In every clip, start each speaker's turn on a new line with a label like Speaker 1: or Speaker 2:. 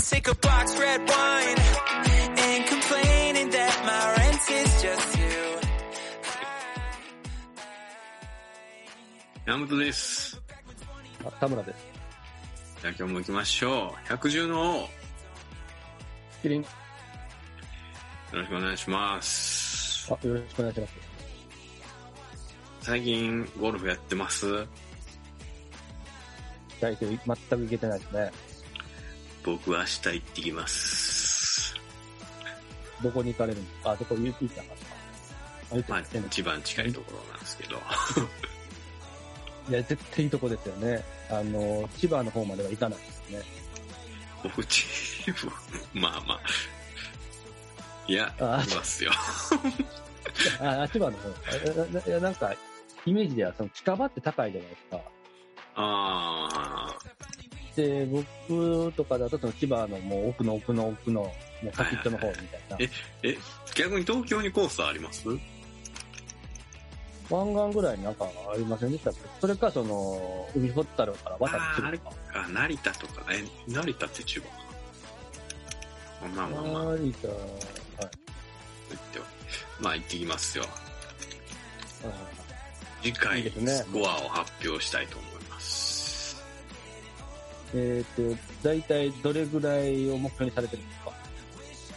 Speaker 1: sick of boxed red wine and complaining that my rent is just you.
Speaker 2: 山本です。
Speaker 3: あ田村です。
Speaker 2: じゃあ今日も行きましょう。百獣の王、よ
Speaker 3: キリン。
Speaker 2: ろしくお願いします。
Speaker 3: あ、よろしくお願いします。
Speaker 2: 最近、ゴルフやってます
Speaker 3: 大体全くいけてないですね。
Speaker 2: 僕は明日行ってきます。
Speaker 3: どこに行かれるんですかあ、どこ言っていいかな。あ、言って
Speaker 2: まあ
Speaker 3: いいです、ね
Speaker 2: 一番近いところなんですけど。
Speaker 3: いや、絶対いいとこですよね。あの、千葉の方までは行かないですね。
Speaker 2: 僕、チーム、まあまあ。いや、
Speaker 3: あ
Speaker 2: いますよ。
Speaker 3: あ、あ千葉の方ですかえなないや、なんか、イメージでは、その近場って高いじゃないですか。
Speaker 2: あ
Speaker 3: で、僕とかだと、その千葉のもう奥の奥の奥の、もう先っちょの方みたいな。
Speaker 2: いー逆に東京にコースあります
Speaker 3: 湾岸ぐらいになんかありませんでしたっけそれか、その、海ほったろから渡って千葉か。
Speaker 2: あ、成田とか、え、成田って千葉かなまあまあまあ。
Speaker 3: 成田、はい
Speaker 2: 行ってはまあ行ってきますよ。
Speaker 3: はいはい。
Speaker 2: 次回
Speaker 3: いいですね
Speaker 2: スコアを発表したいと思います。
Speaker 3: えっ、ー、と、大体どれぐらいを目標にされてるんですか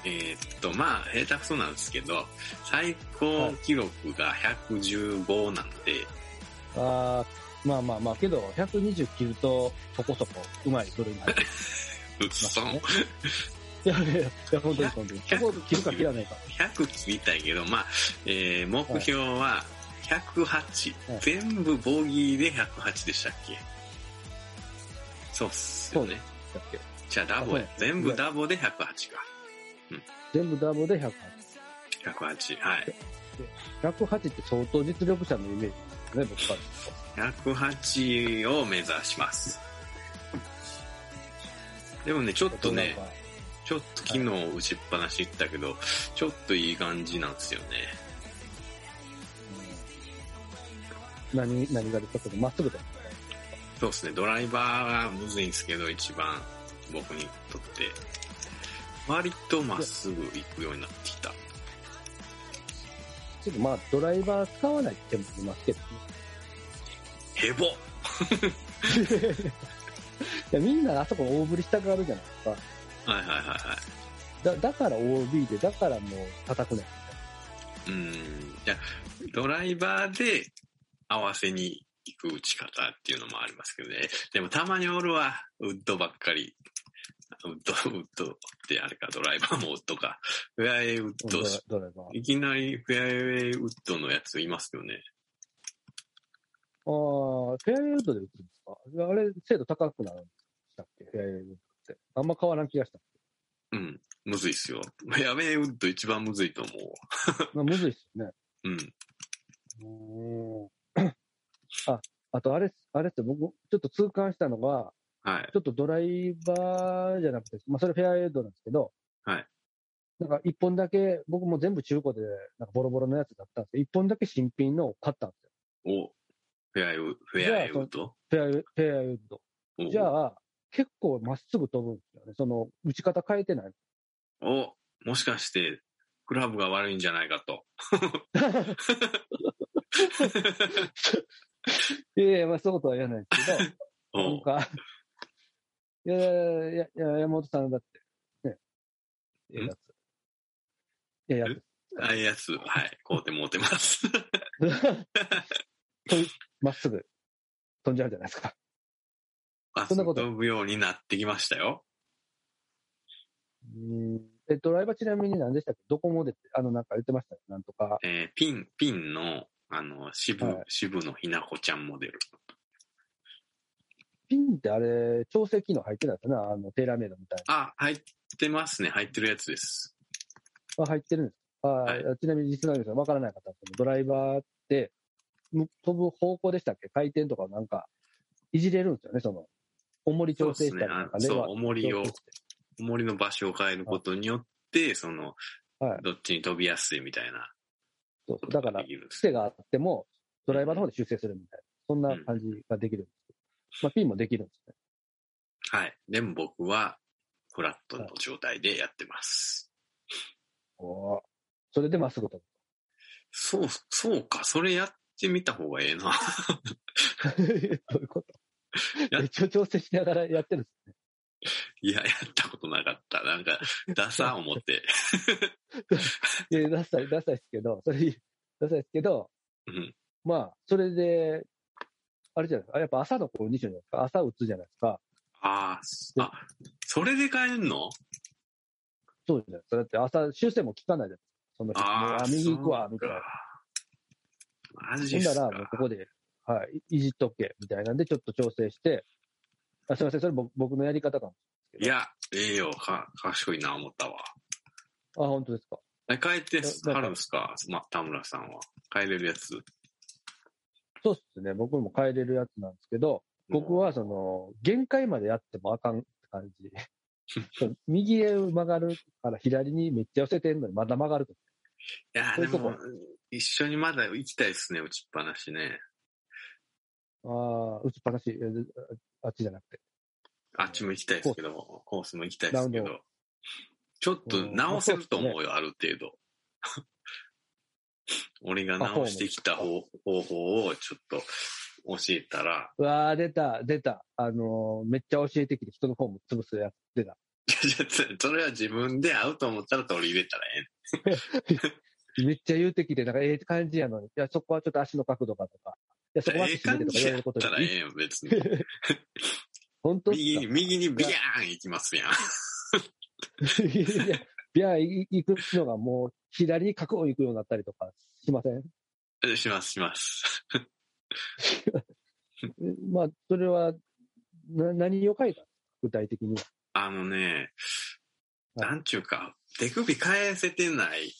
Speaker 2: えーっと、まあ、下手くそなんですけど、最高記録が115なんで、
Speaker 3: あーまあまあまあ、けど、120切ると、そこそこ、うまい部類になり
Speaker 2: うっ
Speaker 3: ます
Speaker 2: そん、
Speaker 3: よね。いやいやいや、本当に本当に。そこ切るか切らないか。
Speaker 2: 100切りたいけど、まあ、えー目標は108、
Speaker 3: はい
Speaker 2: 全部ボギーで108でしたっけそうっすよ
Speaker 3: そう
Speaker 2: ね
Speaker 3: で。だっけ
Speaker 2: じゃあダボや
Speaker 3: そうです
Speaker 2: 全部ダボで108か。
Speaker 3: 全部ダボで108。
Speaker 2: 108、はい。
Speaker 3: 108って相当実力者のイメージですね、僕からする
Speaker 2: 108を目指します。でもね、ちょっ
Speaker 3: と。
Speaker 2: と
Speaker 3: なん
Speaker 2: ね
Speaker 3: か、
Speaker 2: ちょっと昨日打ちっぱなし行ったけど、ちょっといい感じなんですよね。
Speaker 3: うん何、何がですかそのまっすぐと。
Speaker 2: そうですね、ドライバーがむずいんですけど、一番僕にとって。割とまっすぐ行くようになってきた。
Speaker 3: ちょっとまあ、ドライバー使わないってもいますけどね。
Speaker 2: ヘボ
Speaker 3: いやみんなあそこ大振りしたがるじゃないですか。
Speaker 2: はいはいはいは
Speaker 3: だだから OB で、だからもう叩くね。
Speaker 2: い。うーん。いや、ドライバーで合わせに行く打ち方っていうのもありますけどね。でもたまにおるわ、ウッドばっかり。ウッド、ウッドってあれか、ドライバーもウッドか。フェアウェイウッドし
Speaker 3: ドライバー。
Speaker 2: いきなりフェアウェイウッドのやついますよね。
Speaker 3: ああ、フェアウェイウッドで打つんですかあれ、精度高くなるんでしたっけフェアウェイウッドって。あんま変わらん気がした。
Speaker 2: うん。むずいっすよ。フェアウェイウッド一番むずいと思
Speaker 3: まあ、むずいっすよね。
Speaker 2: う。うん。
Speaker 3: あ、あとあれっす、あれっすよ僕、ちょっと痛感したのが、
Speaker 2: はい。
Speaker 3: ちょっとドライバーじゃなくて、まあ、それフェアウェイウッドなんですけど、
Speaker 2: はい。
Speaker 3: なんか一本だけ、僕も全部中古で、なんかボロボロのやつだったんですけど、一本だけ新品のを買ったんですよ。
Speaker 2: お、フェアウェイウフェアウェイウッド
Speaker 3: フェアウェイフェアウェイウッド。
Speaker 2: お
Speaker 3: じゃあ、結構まっすぐ飛ぶんですよね。その、打ち方変えてない。
Speaker 2: お、もしかして、クラブが悪いんじゃないかと。
Speaker 3: いやいや、まあ、そういうことは言わないですけど、 なん
Speaker 2: お
Speaker 3: か、いやいやいや、いや山本さんだって、ね、ええやつ。ええやつ。
Speaker 2: ああいうやつ、はい。こうてもうて ます。
Speaker 3: 飛びまっすぐ飛んじゃうじゃないですか。
Speaker 2: あ、
Speaker 3: そんなこと
Speaker 2: 飛ぶようになってきましたよ。
Speaker 3: うんえ、ドライバーちなみに何でしたっけドコモでって、あの、なんか言ってましたよ。なんとか。
Speaker 2: えーピン、ピンの、あの、渋、
Speaker 3: はい
Speaker 2: 渋のひなこちゃんモデル。
Speaker 3: ピンってあれ、調整機能入ってたかなあの、テーラーメイドみたい
Speaker 2: あ、入ってますね。入ってるやつです。
Speaker 3: な。あ、入ってるんですかあ、
Speaker 2: はい
Speaker 3: ちなみに実の皆さん、わからない方は、ドライバーって、む飛ぶ方向でしたっけ回転とかなんか、いじれるんですよね、その、重り調整したりとかね。
Speaker 2: そうっすねあ
Speaker 3: まあ
Speaker 2: そう重りを
Speaker 3: 調整して
Speaker 2: 重りの場所を変えることによって、その、
Speaker 3: はい
Speaker 2: どっちに飛びやすいみたいな
Speaker 3: そう
Speaker 2: こ
Speaker 3: そう
Speaker 2: と
Speaker 3: だか
Speaker 2: が
Speaker 3: ら
Speaker 2: で、きるんです。
Speaker 3: 癖があっても、ドライバーの方で修正するみたいな。そんな感じができるんです。まあ、ピンもできるんですね。
Speaker 2: はい。でも僕は、フラットの状態でやってます。
Speaker 3: おーそれでまっすぐ飛
Speaker 2: そう、そうか、それやってみた方がええな。
Speaker 3: ぶ。 どういうこと
Speaker 2: や
Speaker 3: 一応調整しながらやってるんですね。
Speaker 2: いや、やったことなかった。なんか、ダサ思って。
Speaker 3: いやダサい、ダサいですけど、それ、ダサいですけど、
Speaker 2: うん。
Speaker 3: まあ、それで、あれじゃないですか。やっぱ朝のコンディションじゃないですか。朝打つじゃないですか。
Speaker 2: ああ、あ、それで変えんの
Speaker 3: そうじゃないですか。だって朝、修正も効かないじゃないですか。その日、もう
Speaker 2: ああ
Speaker 3: あ、、右行くわ、みたいな。
Speaker 2: そうか。マジ
Speaker 3: ほ
Speaker 2: っ
Speaker 3: ん
Speaker 2: す
Speaker 3: な、
Speaker 2: から
Speaker 3: もうここで、はい、いじっとけ、みたいなんで、ちょっと調整して、あすいません、それ僕僕のやり方かも。
Speaker 2: いや、ええよ。か、賢いな、思ったわ。
Speaker 3: あ、本当ですか。
Speaker 2: え、帰って
Speaker 3: だだから
Speaker 2: はるんすかま、田村さんは。帰れるやつ。
Speaker 3: そうっすね、僕も変えれるやつなんですけど、僕はその、限界までやってもあかんって感じ。 そう右へ曲がるから左にめっちゃ寄せてんのにまだ曲がると。
Speaker 2: いや、
Speaker 3: そうい
Speaker 2: で
Speaker 3: うとこ
Speaker 2: も、一緒にまだ行きたいですね、打ちっぱなしね。
Speaker 3: ああ、打ちっぱなし、えーあっちじゃなくて。
Speaker 2: あっちも行きたいですけど、コースも行きたいですけ
Speaker 3: なる
Speaker 2: ど。ちょっと直せると思うよ、ある程度。 俺が直してきた方方法をちょっと教えたら、
Speaker 3: うわー、出た、出た。あのーめっちゃ教えてきて人のフォーム潰すやつ出た。
Speaker 2: いやいやそれは自分で合うと思ったら取り入れたらえ
Speaker 3: めっちゃ言うてきて、なんかええ感じやのに、いや、そこはちょっと足の角度がとか、いや、そこ
Speaker 2: え
Speaker 3: は
Speaker 2: ん。ええ
Speaker 3: 足め
Speaker 2: 感
Speaker 3: てとか
Speaker 2: じ
Speaker 3: 言
Speaker 2: や
Speaker 3: われ
Speaker 2: っ
Speaker 3: ること
Speaker 2: たらえ
Speaker 3: で、
Speaker 2: えよ、別に。
Speaker 3: 本当っす
Speaker 2: 右に、 右にビヤーン行きますやん。
Speaker 3: かいや、 いや、い行くのがもう、左に角を行くようになったりとかしません
Speaker 2: します、します。
Speaker 3: まあ、それは、な何を書いた具体的には。
Speaker 2: あのね、
Speaker 3: はい
Speaker 2: なんちゅうか、手首返せてない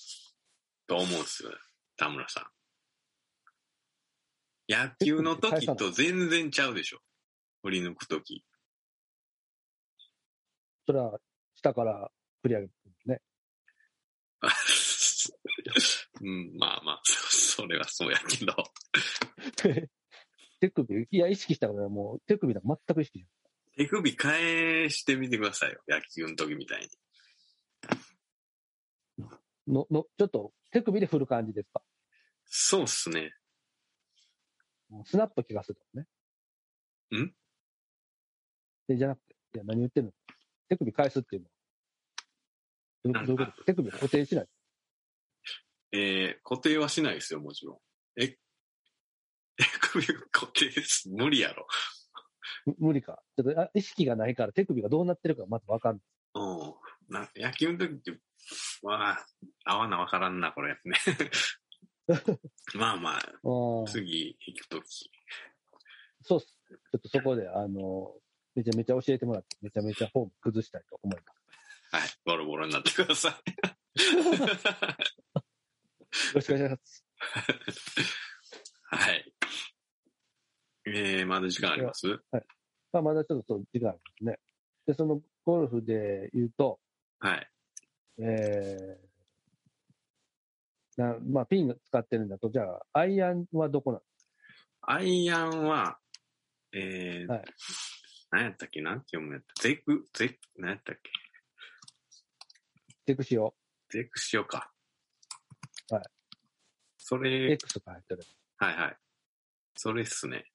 Speaker 2: と思うんですよ、田村さん。野球の時と全然ちゃうでしょ。振り抜く時。
Speaker 3: それは、下から振り上げてるね。
Speaker 2: うん、まあまあ、そそれはそうやけど。
Speaker 3: 手首、いや、意識したからもう、手首なんか全く意識し
Speaker 2: 手首返してみてくださいよ、野球の時みたいに。
Speaker 3: ない。の、の、ちょっと、手首で振る感じですか。
Speaker 2: そうっすね。
Speaker 3: スナップ気がするとかね。
Speaker 2: ん
Speaker 3: でじゃなくて、いや、何言ってんの手首返すっていうのは。どうどういうこと手首固定しない。
Speaker 2: えー、固定はしないですよ、もちろん。え、手首固定です。無理やろ。
Speaker 3: む無理か。ちょっとあ意識がないから手首がどうなってるかまずわかんない。
Speaker 2: うん。な野球の時って、わあ、合わなわからんな、これね。まあまあ、
Speaker 3: あー
Speaker 2: 次行く時。
Speaker 3: そうっす。ちょっとそこで、あの、めちゃめちゃ教えてもらって、めちゃめちゃフォーム崩したいと思いま
Speaker 2: はい、ボロボロになってください。
Speaker 3: す。よろしくお願いします。
Speaker 2: はい。えー、まだ時間あります
Speaker 3: まあ、まだちょっとそう時間ありますね。で、そのゴルフで言うと、
Speaker 2: はい。
Speaker 3: えー、なまあ、ピン使ってるんだと、じゃあ、アイアンはどこなの
Speaker 2: アイアンは、えー、
Speaker 3: はい
Speaker 2: 何やったっけなんて読むんやったゼク、ゼク、何やったっけ
Speaker 3: テクシオ、
Speaker 2: ゼクしようか。
Speaker 3: はい。
Speaker 2: それ、
Speaker 3: X が入ってる。
Speaker 2: はいはい。それっすね。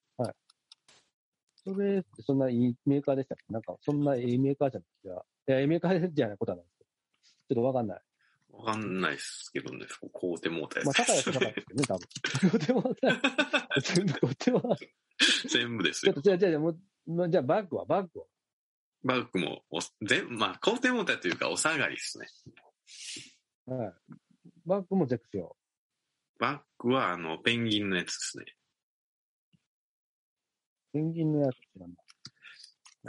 Speaker 3: それってそんないいメーカーでしたっけなんか、そんないいメーカーじゃなくて、いや、いいメーカーじゃないことはないですけどちょっとわかんない。
Speaker 2: わかんないっすけどね、こうてもうたやつ。
Speaker 3: まあ、高いは高いですけどね、多分。でも、でも、
Speaker 2: 全部です
Speaker 3: ちょっ
Speaker 2: よ
Speaker 3: と、。じゃあ、じゃあじゃあ、もうまあ、じゃあ、バッグは、バッグは。
Speaker 2: バッグもお、全、まあ、こうてもうたというか、お下がりっすね。
Speaker 3: はい。バッグもゼクシオ。
Speaker 2: バッグは、あの、ペンギンのやつですね。
Speaker 3: ペンギンのやつなんだ。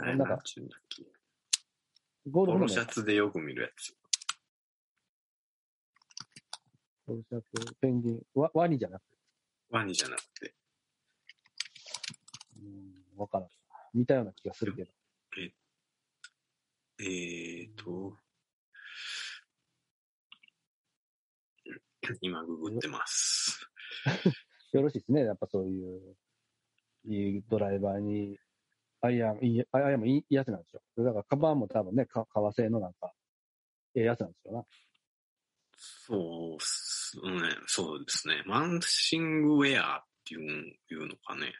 Speaker 2: あ
Speaker 3: な
Speaker 2: れ
Speaker 3: ん
Speaker 2: なん
Speaker 3: か、
Speaker 2: ちゅうんだっけ。
Speaker 3: ゴル
Speaker 2: ポ
Speaker 3: フの
Speaker 2: ロ
Speaker 3: ね
Speaker 2: シャツでよく見るやつ。
Speaker 3: ポロシャツ、ペンギン、ワワニじゃなくて、
Speaker 2: ワニじゃなくて。
Speaker 3: うーん、わからん。似たような気がするけど。
Speaker 2: えーと、今、ググってます。
Speaker 3: よろしいですね。やっぱそういう、いいドライバーにアイアン、いい、アイアンもいいいいやつなんですよ。だから、カバンも多分ね、か革製のなんか、ええやつなんですよな。
Speaker 2: そうっすね、そうですね。マンシングウェアっていうんいうのかね。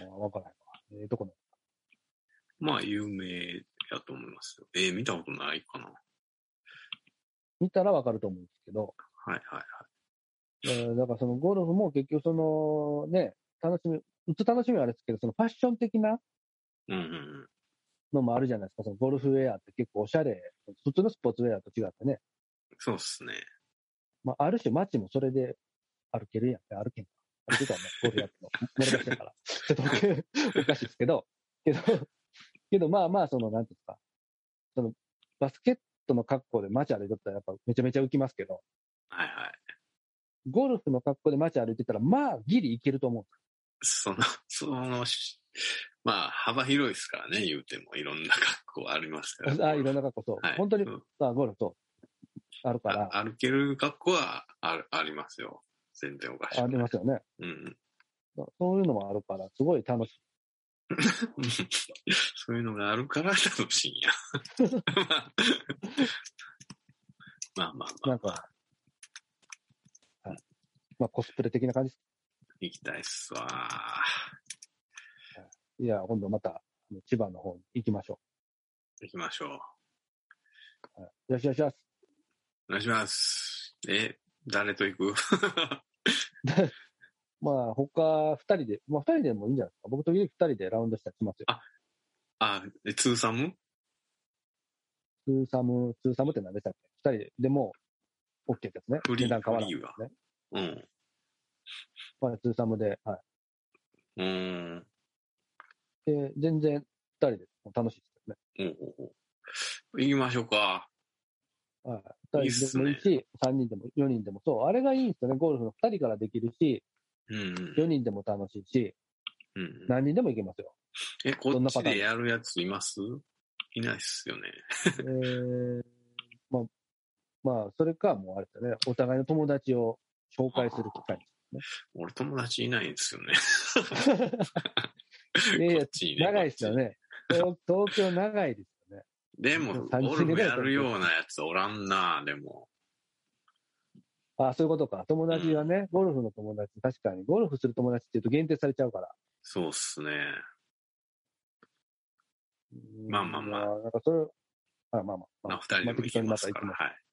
Speaker 3: あーわからないわ。ええとこの。
Speaker 2: まあ、有名やと思いますよ。えー見たことないかな。
Speaker 3: 見たらわかると思うんですけど、
Speaker 2: はいはいはい。
Speaker 3: えーだからそのゴルフも結局そのね、楽しみ、打つ楽しみはあれですけど、そのファッション的な
Speaker 2: うんうんうん。
Speaker 3: のもあるじゃないですか。そのゴルフウェアって結構おしゃれ。普通のスポーツウェアと違ってね。
Speaker 2: そうっすね。
Speaker 3: まあ、ある種街もそれで歩けるやん。歩けんか。歩けたらね、ゴルフやっても、漏れ出してるから。ちょっとおかおかしいですけど、けど、けどまあまあ、その、なんていうんですか、その、バスケットの格好で街歩いてたらやっぱめちゃめちゃ浮きますけど、
Speaker 2: はいはい。
Speaker 3: ゴルフの格好で街歩いてたら、まあ、ギリいけると思う。
Speaker 2: その、 その、しまあ、幅広いですからね、言うても。いろんな格好ありますから。
Speaker 3: あいろんな格好そう。
Speaker 2: はい
Speaker 3: 本当に
Speaker 2: う、ん
Speaker 3: まあ、ゴルフと、あるから、
Speaker 2: あ歩ける格好はあるありますよ。全然おかしくない。
Speaker 3: ありますよね。
Speaker 2: うん。
Speaker 3: そういうのもあるから、すごい楽しい。
Speaker 2: そういうのがあるから楽しいんや。 まあまあまあ
Speaker 3: なん、か、はいまあ、コスプレ的な感じです
Speaker 2: 行きたいっすわ。
Speaker 3: いや、今度また、あの千葉の方に行きましょ
Speaker 2: 行きましょう。
Speaker 3: う。はい、よろしくお願いします。
Speaker 2: お願いします。え、誰と行く
Speaker 3: まあ、他二人で、まあ、二人でもいいんじゃないですか。僕とゆうき二人でラウンドしたりしますよ。
Speaker 2: あ、えツーサム
Speaker 3: ツーサム、ツーサムって何でしたっけ二人でも、OK ですね。
Speaker 2: フリー
Speaker 3: 値段変わらないですね。
Speaker 2: うん。
Speaker 3: まあ、ツーサムで、は
Speaker 2: うーん。
Speaker 3: い。で、全然二人で楽しいです
Speaker 2: お
Speaker 3: よ
Speaker 2: うおうおう行きましょうか。
Speaker 3: ね。はい。
Speaker 2: いいっ
Speaker 3: 二人ですも
Speaker 2: ね
Speaker 3: いいし、三、人でも四人でも、そう、あれがいいんですよね。ゴルフの二人からできるし、
Speaker 2: うんうん。
Speaker 3: 四人でも楽しいし、
Speaker 2: うん、
Speaker 3: 何人でも行けますよ。
Speaker 2: え、こ
Speaker 3: どん
Speaker 2: っ
Speaker 3: なパ
Speaker 2: ち
Speaker 3: ターン
Speaker 2: でやるやついますいないっすよね。
Speaker 3: えー、まあ、まあ、それか、もうあれだね、お互いの友達を紹介する機会。
Speaker 2: 俺友達いないんですよね。
Speaker 3: いやいや
Speaker 2: こっちにね
Speaker 3: 長いですよ。ね。東東京長いですよね。
Speaker 2: でも、
Speaker 3: 30
Speaker 2: ゴルフやるようなやつおらんな、でも。
Speaker 3: あそういうことか。友達はね、ゴルフの友達、確かに、ゴルフする友達っていうと限定されちゃうから。
Speaker 2: そうっすね。まあまあまあ
Speaker 3: うんなんかそれ、あまあまあ、
Speaker 2: ま
Speaker 3: まあ
Speaker 2: あ、、二人でも行きますから。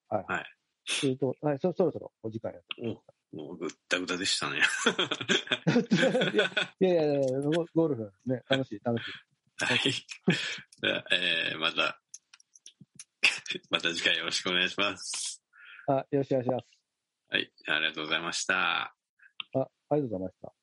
Speaker 3: ま
Speaker 2: はい。
Speaker 3: た適当にまた行きます。はい。そそろそろお時間や
Speaker 2: もうぐったぐたでしたね。
Speaker 3: といやいやいやいや、ゴゴルフね、楽しい、楽しい。
Speaker 2: はい。じゃあえーまた、 また次回よろしくお願いします。
Speaker 3: あ、よろしくお願いします。
Speaker 2: はい。ありがとうございました。
Speaker 3: あ、ありがとうございました。